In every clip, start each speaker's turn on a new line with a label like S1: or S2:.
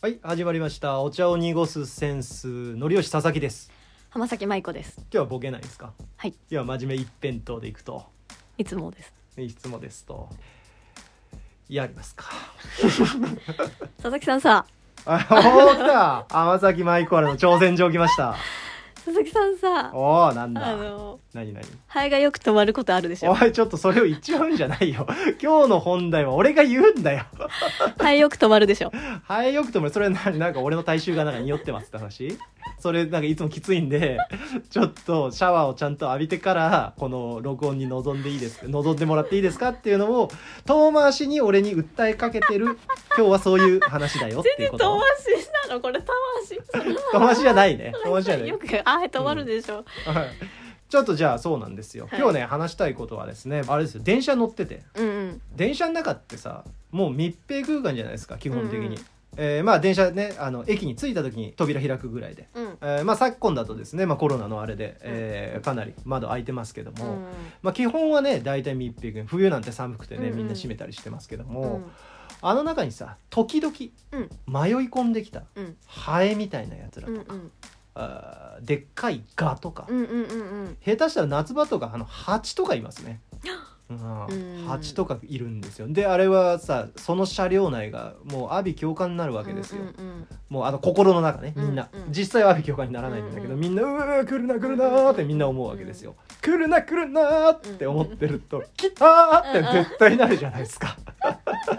S1: はい始まりましたお茶を濁すセンスのりよし佐々木です
S2: 浜崎舞子です。
S1: 今日はボケないですか
S2: はい、
S1: 今日は真面目一辺倒でいくと
S2: いつもです。
S1: いつもですとやりますか
S2: 佐々木さんさ、
S1: あおお来た天崎舞子からの挑戦状来ました
S2: 佐々木さんさ、
S1: おおなん
S2: あ
S1: だ
S2: の
S1: 何何
S2: ハエがよく止まることあるでし
S1: お
S2: ょ。
S1: 前ちょっとそれを言っちゃうんじゃないよ今日の本題は俺が言うんだよ
S2: ハエよく止まるで しょ。
S1: はいよくともそれななんか俺の体臭がなんか匂ってますって話それなんかいつもきついんでちょっとシャワーをちゃんと浴びてからこの録音に臨んでいいですか臨んでもらっていいですかっていうのを遠回しに俺に訴えかけてる今日はそういう話だよっていう
S2: 全然
S1: こ
S2: 遠
S1: と
S2: 回しなのこれ遠回し。
S1: 遠回しじゃない ね遠回しじゃない
S2: よくハエ止まるでしょ。
S1: はいちょっとじゃあそうなんですよ
S2: はい
S1: 今日ね話したいことはですねあれですよ電車乗ってて
S2: うんうん。
S1: 電車の中ってさもう密閉空間じゃないですか基本的に、
S2: うんうん
S1: えーまあ電車ねあの駅に着いた時に扉開くぐらいで、
S2: うん。
S1: えーまあ昨今だとですね、まあ、コロナのあれで、えーかなり窓開いてますけども、まあ、基本はね大体密閉空間冬なんて寒くてね
S2: うんうん
S1: みんな閉めたりしてますけども、
S2: うん
S1: あの中にさ時々
S2: うん
S1: 迷い込んできた
S2: うん
S1: ハエみたいなやつら
S2: う
S1: と
S2: ん
S1: か、
S2: うん
S1: あーでっかいガとか、
S2: うんうんうん
S1: 下手したら夏場とかあの蜂とかいます ね。うん
S2: うん
S1: 蜂とかいるんですよであれはさその車両内がもう阿炎共感になるわけですよ、
S2: うんうん
S1: もうあの心の中ねみんな、
S2: うんうん
S1: 実際は阿炎共感にならないんだけど、
S2: うんうん
S1: みんな「うわー来るな来るな」ってみんな思うわけですよ、来るな来るなって思ってると「来た!」って絶対なるじゃないですか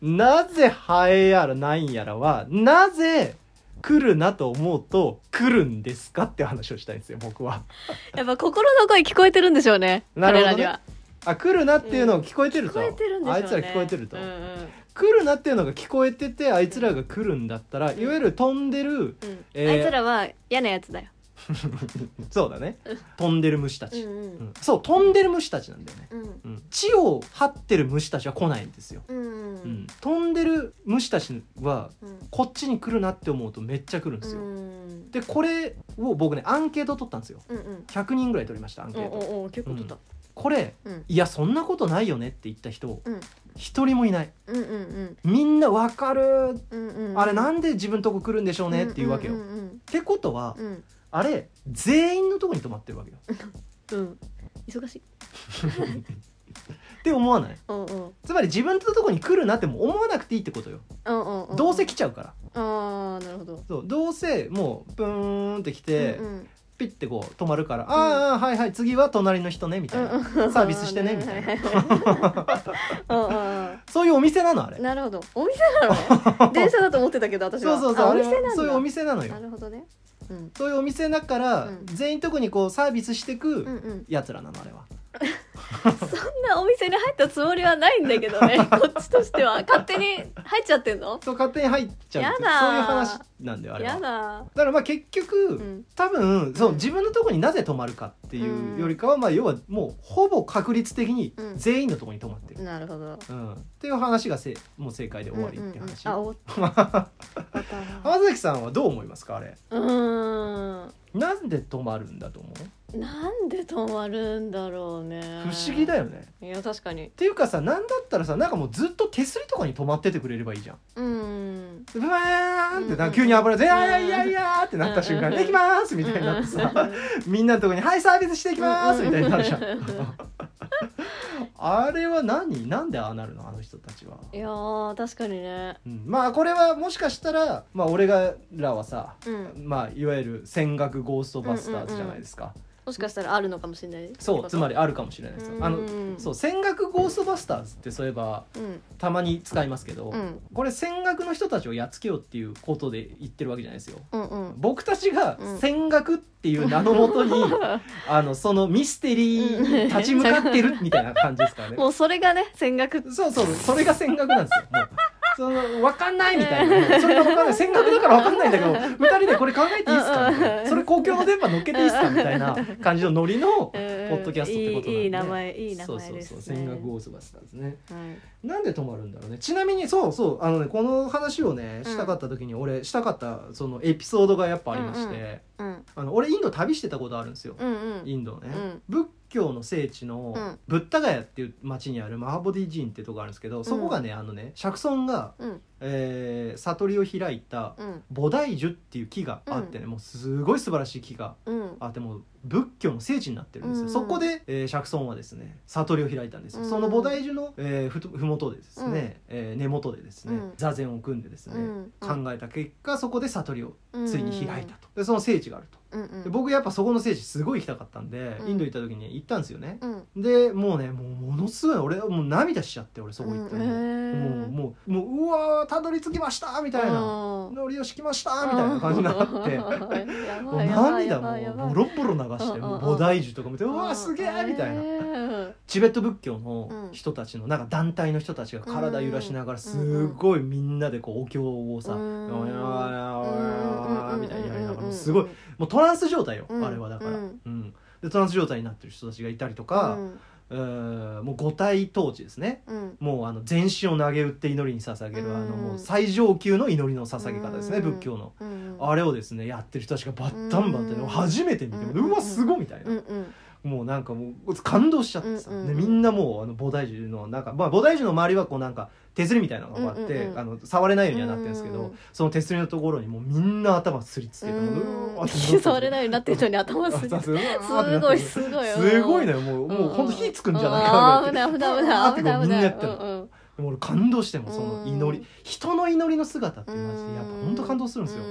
S1: なぜハエやらなんやらはなぜ来るなと思うと来るんですかって話をしたいんですよ僕は
S2: やっぱ心の声聞こえてるんでしょうね。
S1: なるほど
S2: 彼ら
S1: ね
S2: には。
S1: あ来るなっていうのを聞こえてる
S2: 聞
S1: と、
S2: こえてるんでしょうね。
S1: あいつら聞こえてると、
S2: うんうん
S1: 来るなっていうのが聞こえててあいつらが来るんだったら、
S2: ん
S1: いわゆる飛んでる
S2: うん
S1: えー
S2: あいつらは嫌なやつだよ。
S1: そうだね
S2: うん
S1: 飛んでる虫た
S2: う
S1: ち、
S2: んうん
S1: うんそう飛んでる虫たちなんだよね、
S2: うん
S1: うん、地を張ってる虫たちは来ないんですよ、
S2: うん
S1: う
S2: うんん、
S1: 飛んでる虫たちは
S2: うん
S1: こっちに来るなって思うとめっちゃ来るんですよ、
S2: うん
S1: でこれを僕ねアンケート取ったんですよ
S2: うんうん
S1: 100人ぐらい取りましたアンケ
S2: お
S1: ート、
S2: おお結構取った。
S1: これ
S2: うん
S1: いやそんなことないよねって言った人
S2: うん
S1: 一人もいない
S2: うんうん
S1: みんなわかるー
S2: うんうんうん
S1: あれなんで自分とこ来るんでしょうねっていうわけよ。
S2: うん
S1: っ
S2: うん
S1: てことは
S2: うんうん
S1: あれ全員のとこに泊まってるわけよ。
S2: うん忙しい。
S1: って思わない
S2: うんうん
S1: つまり自分のとこに来るなっても思わなくていいってことよ。
S2: うんうんうん。
S1: どうせ来ちゃうから。
S2: ああなるほど。
S1: そうどうせもうブーンって来て
S2: うんうん
S1: ピッてこう泊まるから「あーあーはいはい次は隣の人ね」みたいな「サービスしてね」みたいな
S2: うんうんうん
S1: そういうお店なのあれ。
S2: なるほど。お店な のね。電車だと思ってたけど私
S1: そ
S2: は。
S1: うそうそう
S2: あ
S1: あ
S2: お
S1: れ
S2: 店なんだ。
S1: そういうお店なのよ
S2: な。るほどね。うん
S1: そういうお店だから
S2: うん
S1: 全員とこにこうサービスして
S2: うんう
S1: く
S2: ん。
S1: やつらなのあれは。
S2: そんなお店に入ったつもりはないんだけどね。こっちとしては勝手に入っちゃってんの。
S1: そう勝手に入っちゃうっていう
S2: やだー
S1: そういう話なんだよあれは。
S2: やだ。
S1: だからまあ結局、
S2: うん
S1: 多分そう
S2: うん
S1: 自分のとこになぜ泊まるかっていうよりかは、まあ要はもうほぼ確率的に
S2: うん
S1: 全員のとこに泊まってる、
S2: なるほど。
S1: うんっていう話がせもう正解で終わりっていう話、
S2: うんうんうんあ、終わった。
S1: 浜崎さんはどう思いますかあれ
S2: うーん。
S1: なんで泊まるんだと思う
S2: なんで止まるんだろうね。
S1: 不思議だよね、っ
S2: いや確かに。
S1: ていうかさなんだったらさなんかもうずっと手すりとかに泊まっててくれればいいじゃん
S2: うん。
S1: ブワーンってなんか急に暴れて「いやいやいや」ってなった瞬間
S2: うん
S1: 「
S2: うん
S1: できます」みたいになってさみんなのとこに「はいサービスしていきます」みたいになるじゃん
S2: うんうん
S1: あれは何なんでああなるのあの人たちは、
S2: いやー確かにね。
S1: うん、まあこれはもしかしたらまあ俺らはさ、
S2: うん。
S1: まあいわゆる戦学ゴーストバスターズじゃないですか、
S2: もしかしたらあるのかもしれない。
S1: そうつま
S2: り。
S1: りあるかもしれないですよあの
S2: うん
S1: そう戦学ゴーストバスターズってそういえば
S2: うん。
S1: たまに使いますけど、
S2: うん。
S1: これ戦学の人たちをやっつけようっていうことで言ってるわけじゃないですよ
S2: うんうん。
S1: 僕たちが
S2: うん
S1: 戦学っていう名のも とに、あのそのミステリーに立ち 向かってるみたいな感じですからね
S2: もうそれがね、戦学。
S1: そうそう、それが戦学なんですよ。もうその分かんないみたいなそれが分かんないせっかくだから分かんないんだけど2人でこれ考えていいっすかみたいなそれ公共の電波乗っけていいっすかみたいな感じのノリの
S2: ポ
S1: ポッドキャストってことなんで
S2: いいいい名前いい名
S1: そう
S2: 前
S1: そう
S2: です
S1: そう
S2: ね
S1: 戦学ゴースバスターズね
S2: はい
S1: なんで止まるんだろうねちなみにそうそうあのねこの話をねしたかった時に俺したかったそのエピソードがやっぱありまして、
S2: うんうん
S1: あの俺インド旅してたことあるんですよ、
S2: うんうん
S1: インドね、
S2: うん
S1: 仏教の聖地
S2: う
S1: の
S2: ん
S1: ブッダガヤっていう町にあるマハボディ寺院ってとこがあるんですけどそこがね、あのね釈尊が、
S2: うん
S1: えー悟りを開いた
S2: うん
S1: 菩提樹っていう木があってね、もうすごい素晴らしい木が
S2: うん
S1: あってもう仏教の聖地になってるんですよ、
S2: うん
S1: そこで、えー釈尊はですね悟りを開いたんですよ、
S2: うん
S1: その菩提樹の、えーふとふもとでですね、えー根元でですね、
S2: うん
S1: 座禅を組んでですね、
S2: うん
S1: 考えた結果そこで悟りを
S2: うん
S1: ついに開いたと、でその聖地があると。
S2: うんうん
S1: で僕やっぱそこの聖地すごい行きたかったんで、
S2: うん
S1: インド行った時に行ったんですよね、
S2: うん
S1: でもうねもうものすごい俺もう涙しちゃって俺そこ行ったの、
S2: うん
S1: もうもうもううわーたどり着きましたみたいな
S2: うん
S1: 乗りをしきましたみたいな感じになって。
S2: や
S1: もう
S2: ばいやばい
S1: 涙
S2: やばいや
S1: も
S2: ば
S1: うボ
S2: い
S1: ロボロ流して
S2: うんうんうん
S1: 菩提樹とか見てうわーすげえみたいな
S2: な
S1: チベット仏教
S2: う
S1: の
S2: ん
S1: 人たちのなんか団体の人たちが体揺らしながら
S2: うんうん
S1: すごいみんなでこうお経をさ「
S2: う
S1: おや
S2: ん
S1: おやおや」みたいにやりながらもうすごい
S2: うん
S1: もうトランス状態よ、
S2: うん
S1: あれはだから、う
S2: うんん
S1: でトランス状態になってる人たちがいたりとか、えーもう五体統治ですね
S2: うん
S1: もうあの全身を投げ打って祈りに捧げる、
S2: うん
S1: あのもう最上級の祈りの捧げ方ですね、
S2: うん
S1: 仏教の。
S2: うん
S1: あれをですねやってる人たちがバッタンバッタンで
S2: うん
S1: 初めて見て
S2: うん
S1: うわすごいみたいな、
S2: うんうん
S1: もうなんかもう感動しちゃってさ、
S2: うんうん
S1: でみんなもうあの菩提樹のなんか、まあ、菩提樹の周りはこうなんか手すりみたいなのがあって、
S2: うんうんうん
S1: あの触れないようにはなってるんですけど、
S2: うん
S1: その手すりのところにもうみんな頭すりつけて、もうう わー
S2: うん
S1: ってなって
S2: 触れないようになってるのに頭す
S1: す
S2: ぎて
S1: ごい
S2: すごいすごい
S1: すごいのよもうもうほんと火つくんじゃないかぐらい
S2: 危ない危ない危ない危ない危ない
S1: バーってこうみんなやってんのでも俺感動してもうその祈り人の祈りの姿ってマジでやっぱほんと感動するんですよ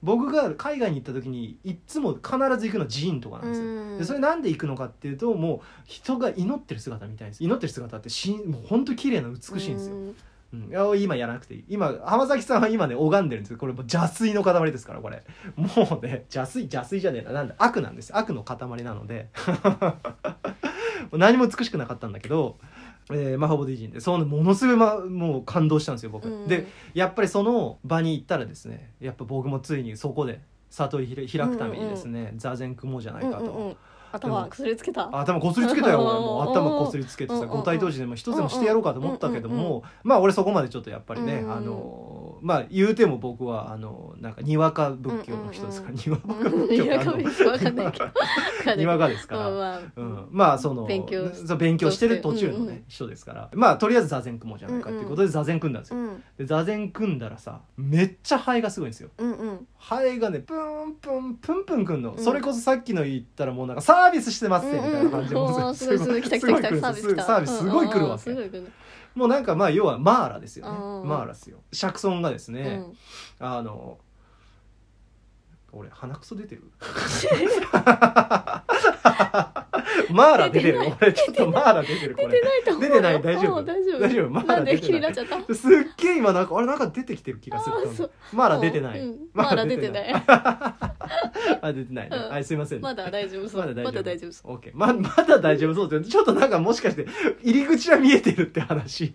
S1: 僕が海外に行った時にいっつも必ず行くのは寺院とかなんですよでそれなんで行くのかっていうともう人が祈ってる姿みたいです祈ってる姿ってしもうほんと綺麗な美しいんですよ、うんいや今やらなくていい今浜崎さんは今ね拝んでるんですよこれもう邪水の塊ですからこれ もうね邪水邪水じゃねえななんだ悪なんですよ悪の塊なのでもう 何も美しくなかったんだけど、えーマハボディ人でそのものすごい、ま、もう感動したんですよ僕、でやっぱりその場に行ったらですねやっぱ僕もついにそこで悟りひら開くためにですね、座禅組もうじゃないかと。
S2: 頭くすりつけた
S1: 頭こすりつけたよ俺もう頭こすりつけて
S2: うん
S1: さ
S2: うんうん
S1: 五体投資でも一つでもしてやろうかと思ったけど
S2: うんうんうん
S1: もまあ俺そこまでちょっとやっぱりね
S2: うん
S1: あのーまあ言うても僕はあのーなんかにわか仏教の人ですからにわか仏教ってあんの
S2: わかんないけど
S1: にわかですから。うん、まあその
S2: 勉強
S1: そう勉強してる途中のね、
S2: うんうん
S1: 人ですからまあとりあえず座禅組もうじゃないかっていうことで座禅組んだんです
S2: う
S1: よ、
S2: ん
S1: で座禅組んだらさめっちゃハエがすごいんですよ
S2: うんうん
S1: ハエがねプンプンプンプンくんの、
S2: うん
S1: それこそさっきの言ったらもうなんかサービスしてますってみたいな感じでもう
S2: うんうん、すごいすごい来た来
S1: す
S2: た
S1: ご
S2: 来た
S1: 来
S2: サ
S1: る
S2: ー
S1: んで
S2: ビス来
S1: す
S2: た
S1: サービスすごい来るわけ
S2: うんうんすごい来る
S1: もうなんかまあ要はマーラですよね
S2: うん
S1: マーラですよシャクソンがです
S2: う
S1: ね、
S2: ん
S1: あの俺鼻くそ出てる マーラ出てる
S2: 出てない
S1: 俺ちょっとマーラ出てるこ
S2: 出
S1: れ
S2: てないと思うよ
S1: 出てない大丈夫
S2: うん大丈夫
S1: 大丈夫まだ
S2: なんで
S1: 出て
S2: 気
S1: ない
S2: になっちゃったあ
S1: すっげえ今なんかあれなんか出てきてる気がする
S2: ーそう
S1: マーラ出てない、
S2: うんうんまだ出てない
S1: あ出てないね、
S2: うん
S1: あすいませ んね
S2: まだ大丈夫そう
S1: まだ大丈夫。
S2: まだ大丈夫そ
S1: オッケー。ま、まだ大丈夫そうですよ。ちょっとなんかもしかして、入り口は見えてるって話。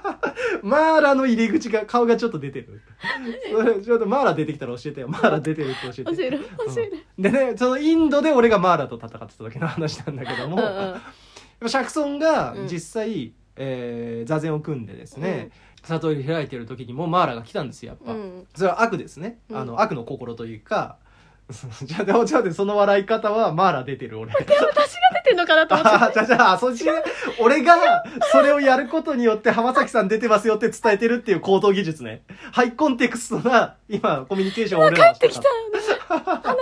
S1: マーラの入り口が、顔がちょっと出て る。それちょっとマーラ出てきたら教えてよ。マーラ出てるって教えて。
S2: う教える教える
S1: うんでね、そのインドで俺がマーラと戦ってた時の話なんだけど
S2: う
S1: も、
S2: んうん
S1: シャクソンが
S2: うん
S1: 実際、えー座禅を組んでですね、悟り開いてる時にもマーラが来たんですよ、やっぱ。
S2: うん
S1: それは悪ですね、
S2: うん
S1: あの悪の心というか じゃあでもじゃあでその笑い方はマーラ出てる俺
S2: 私が出てんのかなと思っ
S1: あじゃあじゃあそっち俺がそれをやることによって浜崎さん出てますよって伝えてるっていう行動技術ねハイコンテクストな今コミュニケーションを俺らはしてて
S2: き
S1: た
S2: た鼻毛問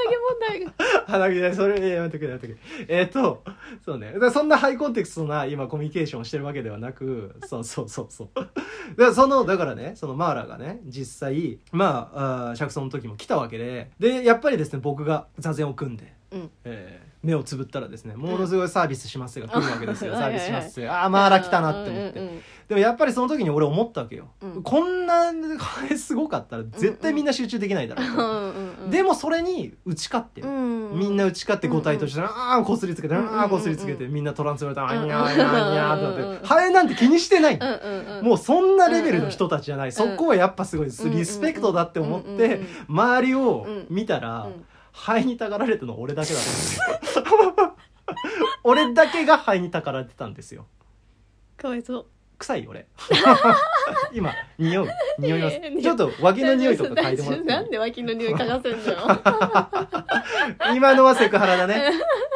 S2: 題が
S1: 鼻毛ねそれやめとけやめとけえっ、とそうねだからそんなハイコンテクストな今コミュニケーションをしてるわけではなくそうそうそうそうだからそのだからねそのマーラがね実際まああーシャクソンの時も来たわけででやっぱりですね僕が座禅を組んで、
S2: うん
S1: えー目をつぶったらですねものすごいサービスしますが来るわけです よ
S2: うん
S1: サービスしますああーマーラ来たなって思って、
S2: うんうんうん
S1: でもやっぱりその時に俺思ったわけよ、
S2: うん
S1: こんなこれすごかったら絶対みんな集中できないだろうと、
S2: うんうんうん
S1: でもそれに打ち勝ってる、みんな
S2: う
S1: 打ち勝って五体として、ああこすりつけて、
S2: うんうんうん
S1: ああこすりつけてみんなトランス言われたら、
S2: うん
S1: あにゃーあにゃーあにゃーってなっ
S2: うん
S1: てハエなんて気にしてない、
S2: んうんうん
S1: もうそんなレベルの人たちじゃない、そこはやっぱすごいです、
S2: うん
S1: リスペクトだって思って、
S2: うんうんうん
S1: 周りを見たら、
S2: うん
S1: ハエにたかられてるの俺だけだったんですよ 俺だけがハエにたかられてたんですよ
S2: かわいそう
S1: 臭い俺 今匂う匂いま
S2: いやいや
S1: すちょっと脇の匂いとか嗅いでもらっ
S2: な
S1: て
S2: ん
S1: も
S2: で脇の匂い嗅がせんのよ
S1: 今のはセクハラだね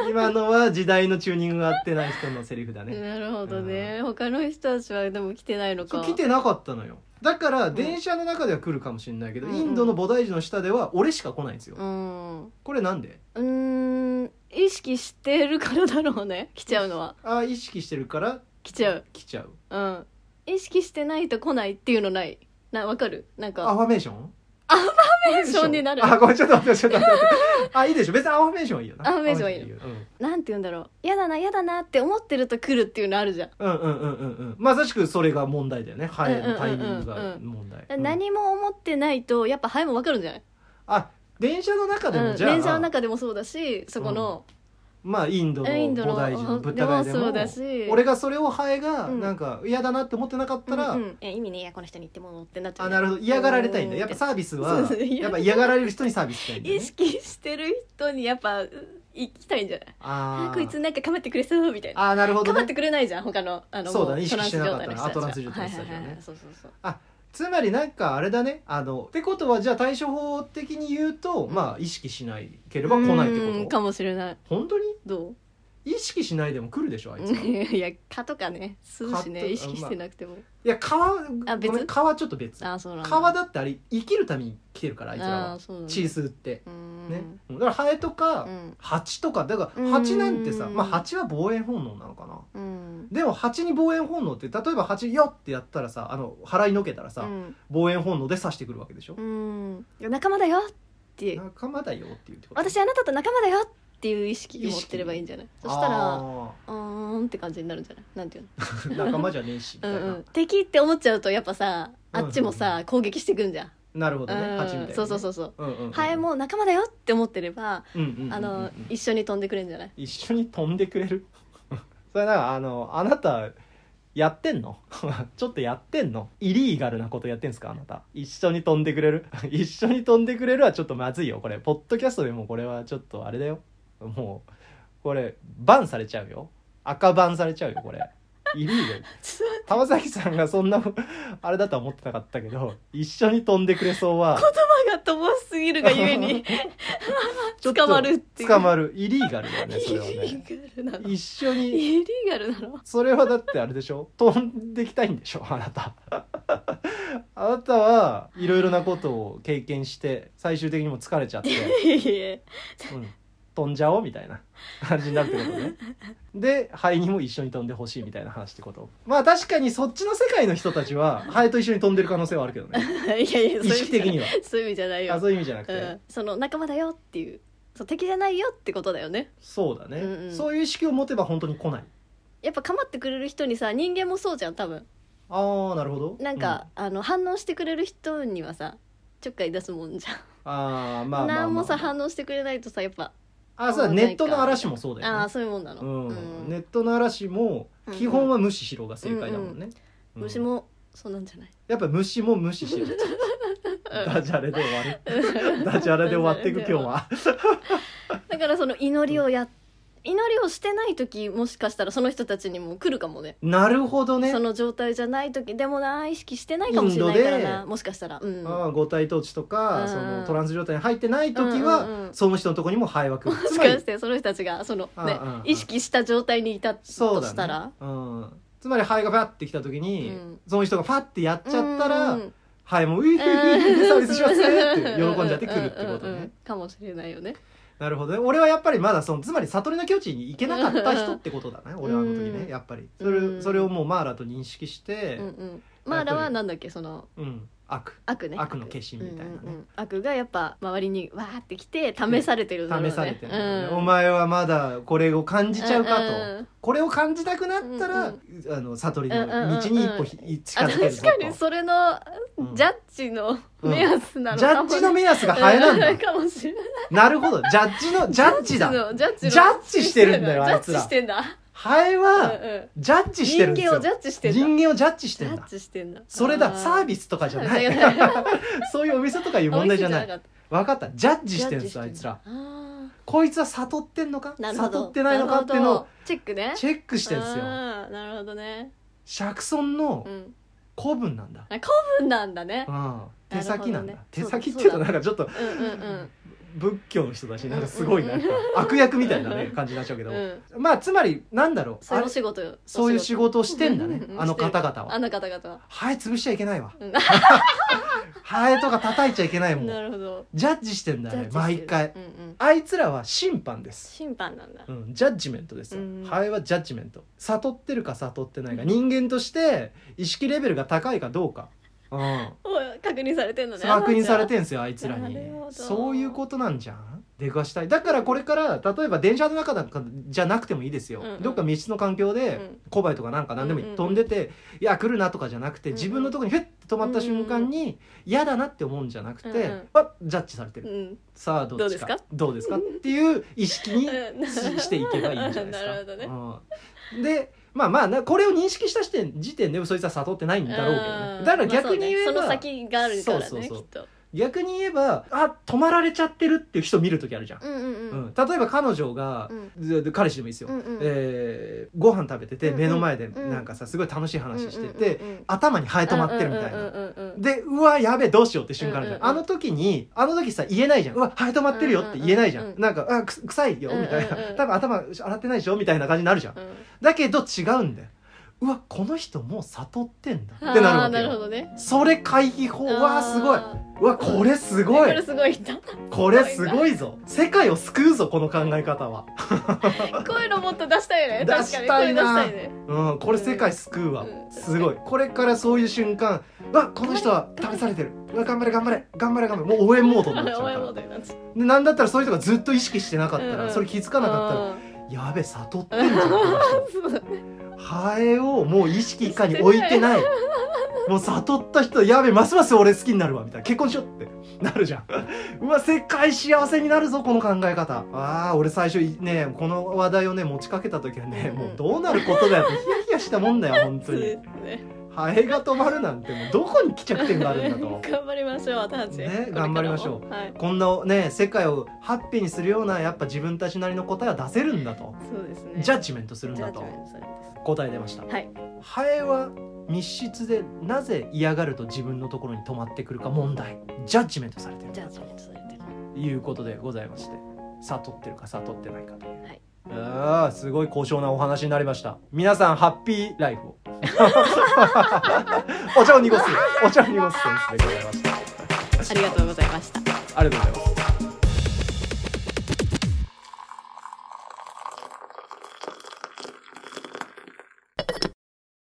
S1: 今のは時代のチューニングが合ってない人のセリフだ ね
S2: なるほどね他の人たちはでも来てないの
S1: そ
S2: か
S1: う来てなかったのよだから
S2: ん
S1: 電車の中では来るかもしれないけど、
S2: うんうん
S1: インドの菩提樹の下では俺しか来ないんですよ、
S2: うんう
S1: これなんで
S2: ーん意識してるからだろうね来ちゃうのは
S1: ああ意識してるから
S2: 来ちゃう
S1: 来ちゃう
S2: うん意識してないと来ないっていうのないなわかるなん
S1: ア
S2: か
S1: ファメーション
S2: アファメーションになる
S1: あごめんちょっと待ってちょっと待ってあいいでしょ別にアファメーションはいいよな
S2: アファメーションはいいよ
S1: アファメーシ
S2: なんて言うんだろう嫌だな嫌だなって思ってると来るっていうのあるじゃん
S1: ョンいいようんうんうんうんうんまさしくそれが問題だよねハエのタイミングが問題、うん
S2: 何も思ってないとやっぱハエもわかるんじゃない
S1: あ電車の中で
S2: う
S1: も
S2: ん
S1: じゃあ、
S2: 電車の中でもそうだしそこの
S1: まあインドの
S2: インドの
S1: 菩提寺のぶっ
S2: で
S1: た
S2: も
S1: 返でも
S2: そうだし
S1: 俺がそれをハエが
S2: うん
S1: なんか嫌だなって思ってなかったら、
S2: うんうんえ意味ねえやこの人に言ってもってなっちゃう
S1: あ
S2: ね
S1: なるほど嫌がられたいんだ
S2: うん
S1: やっぱサービス
S2: そう
S1: は
S2: そう嫌
S1: やっぱ嫌がられる人にサービスしたいんだよ
S2: 意
S1: ね
S2: 識してる人にやっぱう行きたいんじゃない
S1: あ
S2: あ
S1: ー
S2: こいつなんか構ってくれそうみたいな
S1: あーなるほど
S2: 構っ
S1: ね
S2: てくれないじゃん他のあの
S1: そうだね
S2: も
S1: 意識してなかったな
S2: トランス
S1: あト
S2: 状
S1: ラ
S2: 態
S1: ンス状態の人たちだ
S2: の人たちは
S1: ね
S2: はいはいはいそうそうそう
S1: つまりなんかあれだねあのってことはじゃあ対処法的に言うと、まあ意識しなければ来ないっ
S2: う
S1: て
S2: ん
S1: こと
S2: かもしれない
S1: 本当に
S2: ど
S1: 意識しないでも来るでしょあ
S2: う
S1: いつはい
S2: いや蚊とかね吸うし
S1: 蚊と
S2: ね意識してなくても
S1: や皮
S2: あ別
S1: ごめん皮はちょっと別
S2: あそうなんだ
S1: 皮だってあれ生きるために来てるからあいつら
S2: あ
S1: は
S2: そうなんだ
S1: チーズって
S2: うーん
S1: ね、うんだからハエとか、
S2: うん
S1: 蜂とかだか
S2: うん
S1: ら蜂なんてさ、まあ、
S2: うん
S1: 蜂は防衛本能なのかな
S2: うん
S1: でも蜂に防衛本能って例えば蜂よってやったらさあの払いのけたらさ、
S2: うん
S1: 防衛本能で刺してくるわけでしょ
S2: う、んいや仲間だよって
S1: 仲間だよっていうってこと
S2: 私あなたと仲間だよっていう意識を持ってればいいんじゃないそしたらう
S1: あ
S2: ーんって感じになるんじゃないなんていうの
S1: ー 仲間じゃねえしみ
S2: う
S1: たい
S2: ん
S1: な、
S2: うん、敵って思っちゃうとやっぱさあっち
S1: う
S2: も
S1: んうん
S2: さ、攻撃してくんじゃん、
S1: なるほどね、
S2: うん
S1: 蜂みたいなね、
S2: そうそうそうそう
S1: うんうんうん
S2: ハエも仲間だよって思ってれば、
S1: うんうんうんうん
S2: あの一緒に飛んでくれるんじゃない
S1: 一緒に飛んでくれる それなんかあのあなたやってんの ちょっとやってんのイリーガルなことやってんすかあなた一緒に飛んでくれる 一緒に飛んでくれるはちょっとまずいよこれポッドキャストでもこれはちょっとあれだよもうこれバンされちゃうよ赤バンされちゃうよこれイリーガル
S2: ちょっ
S1: 浜崎さんがそんな あれだとは思ってなかったけど一緒に飛んでくれそうは
S2: と言葉が乏しすぎるがゆえに
S1: ちょっと
S2: 捕まるっていう
S1: 捕 まるイリーガルだ よねそ
S2: イ
S1: れ
S2: リ
S1: はね
S2: ーガルなのイ
S1: 一緒に
S2: リーガルなの
S1: それはだってあれでしょ飛んできたいんでしょ あなたあなたはいろいろなことを経験して最終的にもう疲れちゃ って、
S2: いやいや
S1: うん、飛んじゃおうみたいな感じになるってことねで肺にも一緒に飛んでほしいみたいな話ってことまあ確かにそっちの世界の人たち は肺と一緒に飛んでる可能性はあるけどね
S2: いやいや
S1: 意識的には
S2: そういう意味じゃない
S1: あ
S2: よ
S1: そういう意味じゃなく
S2: う
S1: て、
S2: ん、その仲間だよっていうそう敵じゃないよってことだよね
S1: そうだね、
S2: うんうん
S1: そういう意識を持てば本当に来ない
S2: やっぱ構ってくれる人にさ人間もそうじゃん多分
S1: ああなるほど
S2: なんか、、あの反応してくれる人にはさちょっかい出すもんじゃん、
S1: うんああまあまあ、まあ、
S2: 何もさ反応してくれないとさやっぱ、
S1: あそうだネットの嵐もそうだよね
S2: ああそういうもんなの、
S1: うん
S2: うん
S1: ネットの嵐も基本は無視しろが正解だもんね、うん
S2: 虫もそうなんじゃない
S1: やっぱ虫も無視しろダジャレで終わる ダジャレで終わ っていく今日は
S2: だからその祈りをや祈りをしてない時もしかしたらその人たちにも来るかもね
S1: なるほどね
S2: その状態じゃない時でもな意識してないかもしれないから
S1: インド
S2: な
S1: で
S2: もしかしたらうん
S1: ああ五体統治とか、
S2: うん
S1: そのトランス状態に入ってない時は、
S2: うんうんうん
S1: その人のとこにも肺は来
S2: も
S1: るつ
S2: し
S1: ま
S2: か
S1: り
S2: してその人たちがその、ね
S1: うんうんうん
S2: 意識した状態にいたと
S1: そうだ、ね、
S2: したら、
S1: うん、つまり肺がパッて来た時に、
S2: うん
S1: その人がパッてやっちゃったら、
S2: うんうん
S1: 肺も「ういサービスしますね」って喜んじゃってくるって
S2: うんう
S1: こ
S2: んう
S1: と
S2: んう
S1: ね
S2: んかもしれないよね
S1: なるほどね俺はやっぱりまだそのつまり悟りの境地に行けなかった人ってことだね俺はあの時
S2: うん
S1: ねやっぱりそれ
S2: うん
S1: それをもうマーラと認識して
S2: うんうん、マーラはなんだっけその
S1: うん悪
S2: 悪ね
S1: 悪の化身みたいなね
S2: うんうんうん悪がやっぱ周りにわーってきて試されてるだろうね
S1: 試されてるんだよね、
S2: うん
S1: お前はまだこれを感じちゃうかと、
S2: うんうん
S1: これを感じたくなったら、
S2: うん
S1: あの悟りの道に一歩ひ、近
S2: あ
S1: づける
S2: 確
S1: ぞ
S2: か
S1: と
S2: にそれの
S1: うん
S2: ジャッジの目安なの
S1: ジャ
S2: か
S1: ッ
S2: もね、
S1: ジの目安がハエなんだ、
S2: うんかもしれない
S1: なるほどジャッジのジャッジだ
S2: のジャッジの
S1: ジャッジしてるんだよあいつら
S2: ジャッジしてんだ
S1: ハエ
S2: うん
S1: は
S2: うん
S1: ジャッジしてるんです
S2: 人間
S1: よ
S2: をジャッジしてんだ
S1: 人間をジャッジして
S2: ジ
S1: ん
S2: ャ
S1: だ
S2: ッジしてんだ
S1: それ
S2: あ
S1: だ
S2: ー
S1: サービスとかじゃ ない
S2: じゃない
S1: そういうお店とかいう問題じゃない
S2: お店かった
S1: 分かったジャッジしてるんですよあいつらこいつは悟ってんのか
S2: なるほど
S1: 悟ってないのかっていう
S2: な
S1: の
S2: るほ
S1: を
S2: どチェックねェック
S1: チェックしてるんですよ
S2: なるほどね
S1: 釈尊の
S2: うん
S1: 古文なんだ、
S2: あ古文なんだね
S1: うん、手先なんだ、
S2: なるほどね
S1: 手先っ
S2: そ
S1: て
S2: うだ
S1: いうとなんかちょっと
S2: うんうん
S1: 仏教の人だしなんかすごいなんか悪役みたいなね感じになっちゃうけ
S2: う
S1: ど
S2: んうん
S1: まあつまりなんだろう
S2: そういう
S1: あ
S2: お
S1: れ
S2: 仕事よ
S1: そういう仕事をしてんだ
S2: う
S1: ね
S2: んうん
S1: あの方々は
S2: あの方々は
S1: ハエ潰しちゃいけないわ
S2: うん
S1: ハエとか叩いちゃいけないも
S2: なんるほど
S1: ジャッジしてんだ
S2: ジャッ
S1: ね
S2: ジしてる
S1: 毎回
S2: うんうん
S1: あいつらは審判です
S2: 審判なんだ
S1: うん、ジャッジメントですよ、
S2: うん
S1: ハエはジャッジメント悟ってるか悟ってないか人間として意識レベルが高いかどうか、うん、
S2: お確認されてんのね
S1: 確認され
S2: ん
S1: てんすよあいつらに
S2: なるほど
S1: そういうことなんじゃん出くわしたいだからこれから例えば電車の中なんかじゃなくてもいいですよ、
S2: うんうん
S1: どっか密室の環境
S2: う
S1: で
S2: ん
S1: コバエとかなんか何でもいい
S2: うんうんうん
S1: 飛んでて「いや来るな」とかじゃなくて
S2: うんうん
S1: 自分のとこにフェッて止まった瞬間に嫌だなって思うんじゃなくて
S2: うんうん
S1: あジャッジされてる
S2: うん
S1: さあどっちかどうですかっていう意識に
S2: うん
S1: ししていけばいいんじゃないですか。
S2: なるほどね
S1: うんでまあまあなこれを認識した時点時点でそいつは悟ってないんだろうけどね。だから逆に言えば、
S2: まあそうねその先があるからね
S1: そうそうそう
S2: きっと
S1: 逆に言えばあ止まられちゃってるっていう人見る時あるじゃん。
S2: うんうんう
S1: うんん、例えば彼女が、ず彼氏でもいいですよ、
S2: うんうん
S1: えーご飯食べてて
S2: うんうん
S1: 目の前で
S2: うん
S1: なんかさすごい楽しい話してて、
S2: うんうんうんうん
S1: 頭にハエ止まってるみたいな。
S2: うんうんうんうん
S1: でうわやべえどうしようって瞬間あるじゃん、
S2: うんうんうん
S1: あの時にあの時さ言えないじゃんうわハエ止まってるよって言えないじゃん,、
S2: うんうんうん
S1: なんかあくす臭いよみたいな、
S2: うんうんうん
S1: 多分頭洗ってないでしょみたいな感じになるじゃん、
S2: うん
S1: だけど違うんだようわこの人もう悟ってんだ
S2: あ
S1: ってなる
S2: ー
S1: わけ
S2: なるほ
S1: よ
S2: どね
S1: それ回避法
S2: あー
S1: わあすごいうわこれすご
S2: こ
S1: い
S2: れすごいんだ
S1: これすごいぞ世界を救うぞこの考え方は
S2: こういうのもっと出したいよね
S1: 出
S2: 確
S1: し
S2: かにこ
S1: た
S2: れ
S1: い
S2: 出
S1: な
S2: したいね
S1: うんこれ世界救うわ
S2: うん
S1: すごいこれからそういう瞬間わこの人は試されてるうわ頑張れ頑張れ頑張れ頑張れもう応援モードになっちゃう
S2: 応援
S1: か
S2: モードになっちゃう
S1: らでなんだったらそういう人がずっと意識してなかった
S2: うんう
S1: ら
S2: ん
S1: それ気づかなかったら
S2: っ
S1: やべ悟ってんじゃんこの人ハエをもう意識以下に置いて ない。もう悟った人、やべえ、ますます俺好きになるわ、みたいな。結婚しようってなるじゃん。 うわ、世界幸せになるぞ、この考え方。ああ、俺最初いね、この話題をね、持ちかけた時はね、もうどうなることだよってヒヤヒヤしたもんだ よ、本当に。ハエが止まるなんて、もうどこに帰着点があるんだと。
S2: 頑張りましょう私たち
S1: ね
S2: これから
S1: 頑
S2: も
S1: 張りましょう
S2: はい
S1: こんなね、世界をハッピーにするような、やっぱ自分たちなりの答えは出せるんだと。
S2: そうですね
S1: ジャッ
S2: ジ
S1: ジメントするん
S2: ャ
S1: だ
S2: ッジ
S1: と
S2: メ。ントされて
S1: 答え出ました。
S2: はい
S1: ハエは密室でなぜ嫌がると自分のところに止まってくるか問題ジャッジメントされてるん
S2: ジャ
S1: だ
S2: ッジ
S1: と
S2: メントされてる
S1: いうことでございまして悟ってるか悟ってないかという、
S2: はい
S1: あーすごい高尚なお話になりました皆さんハッピーライフを お茶を濁すお茶を濁す先生でございました
S2: ありがとうございました
S1: ありがとうございます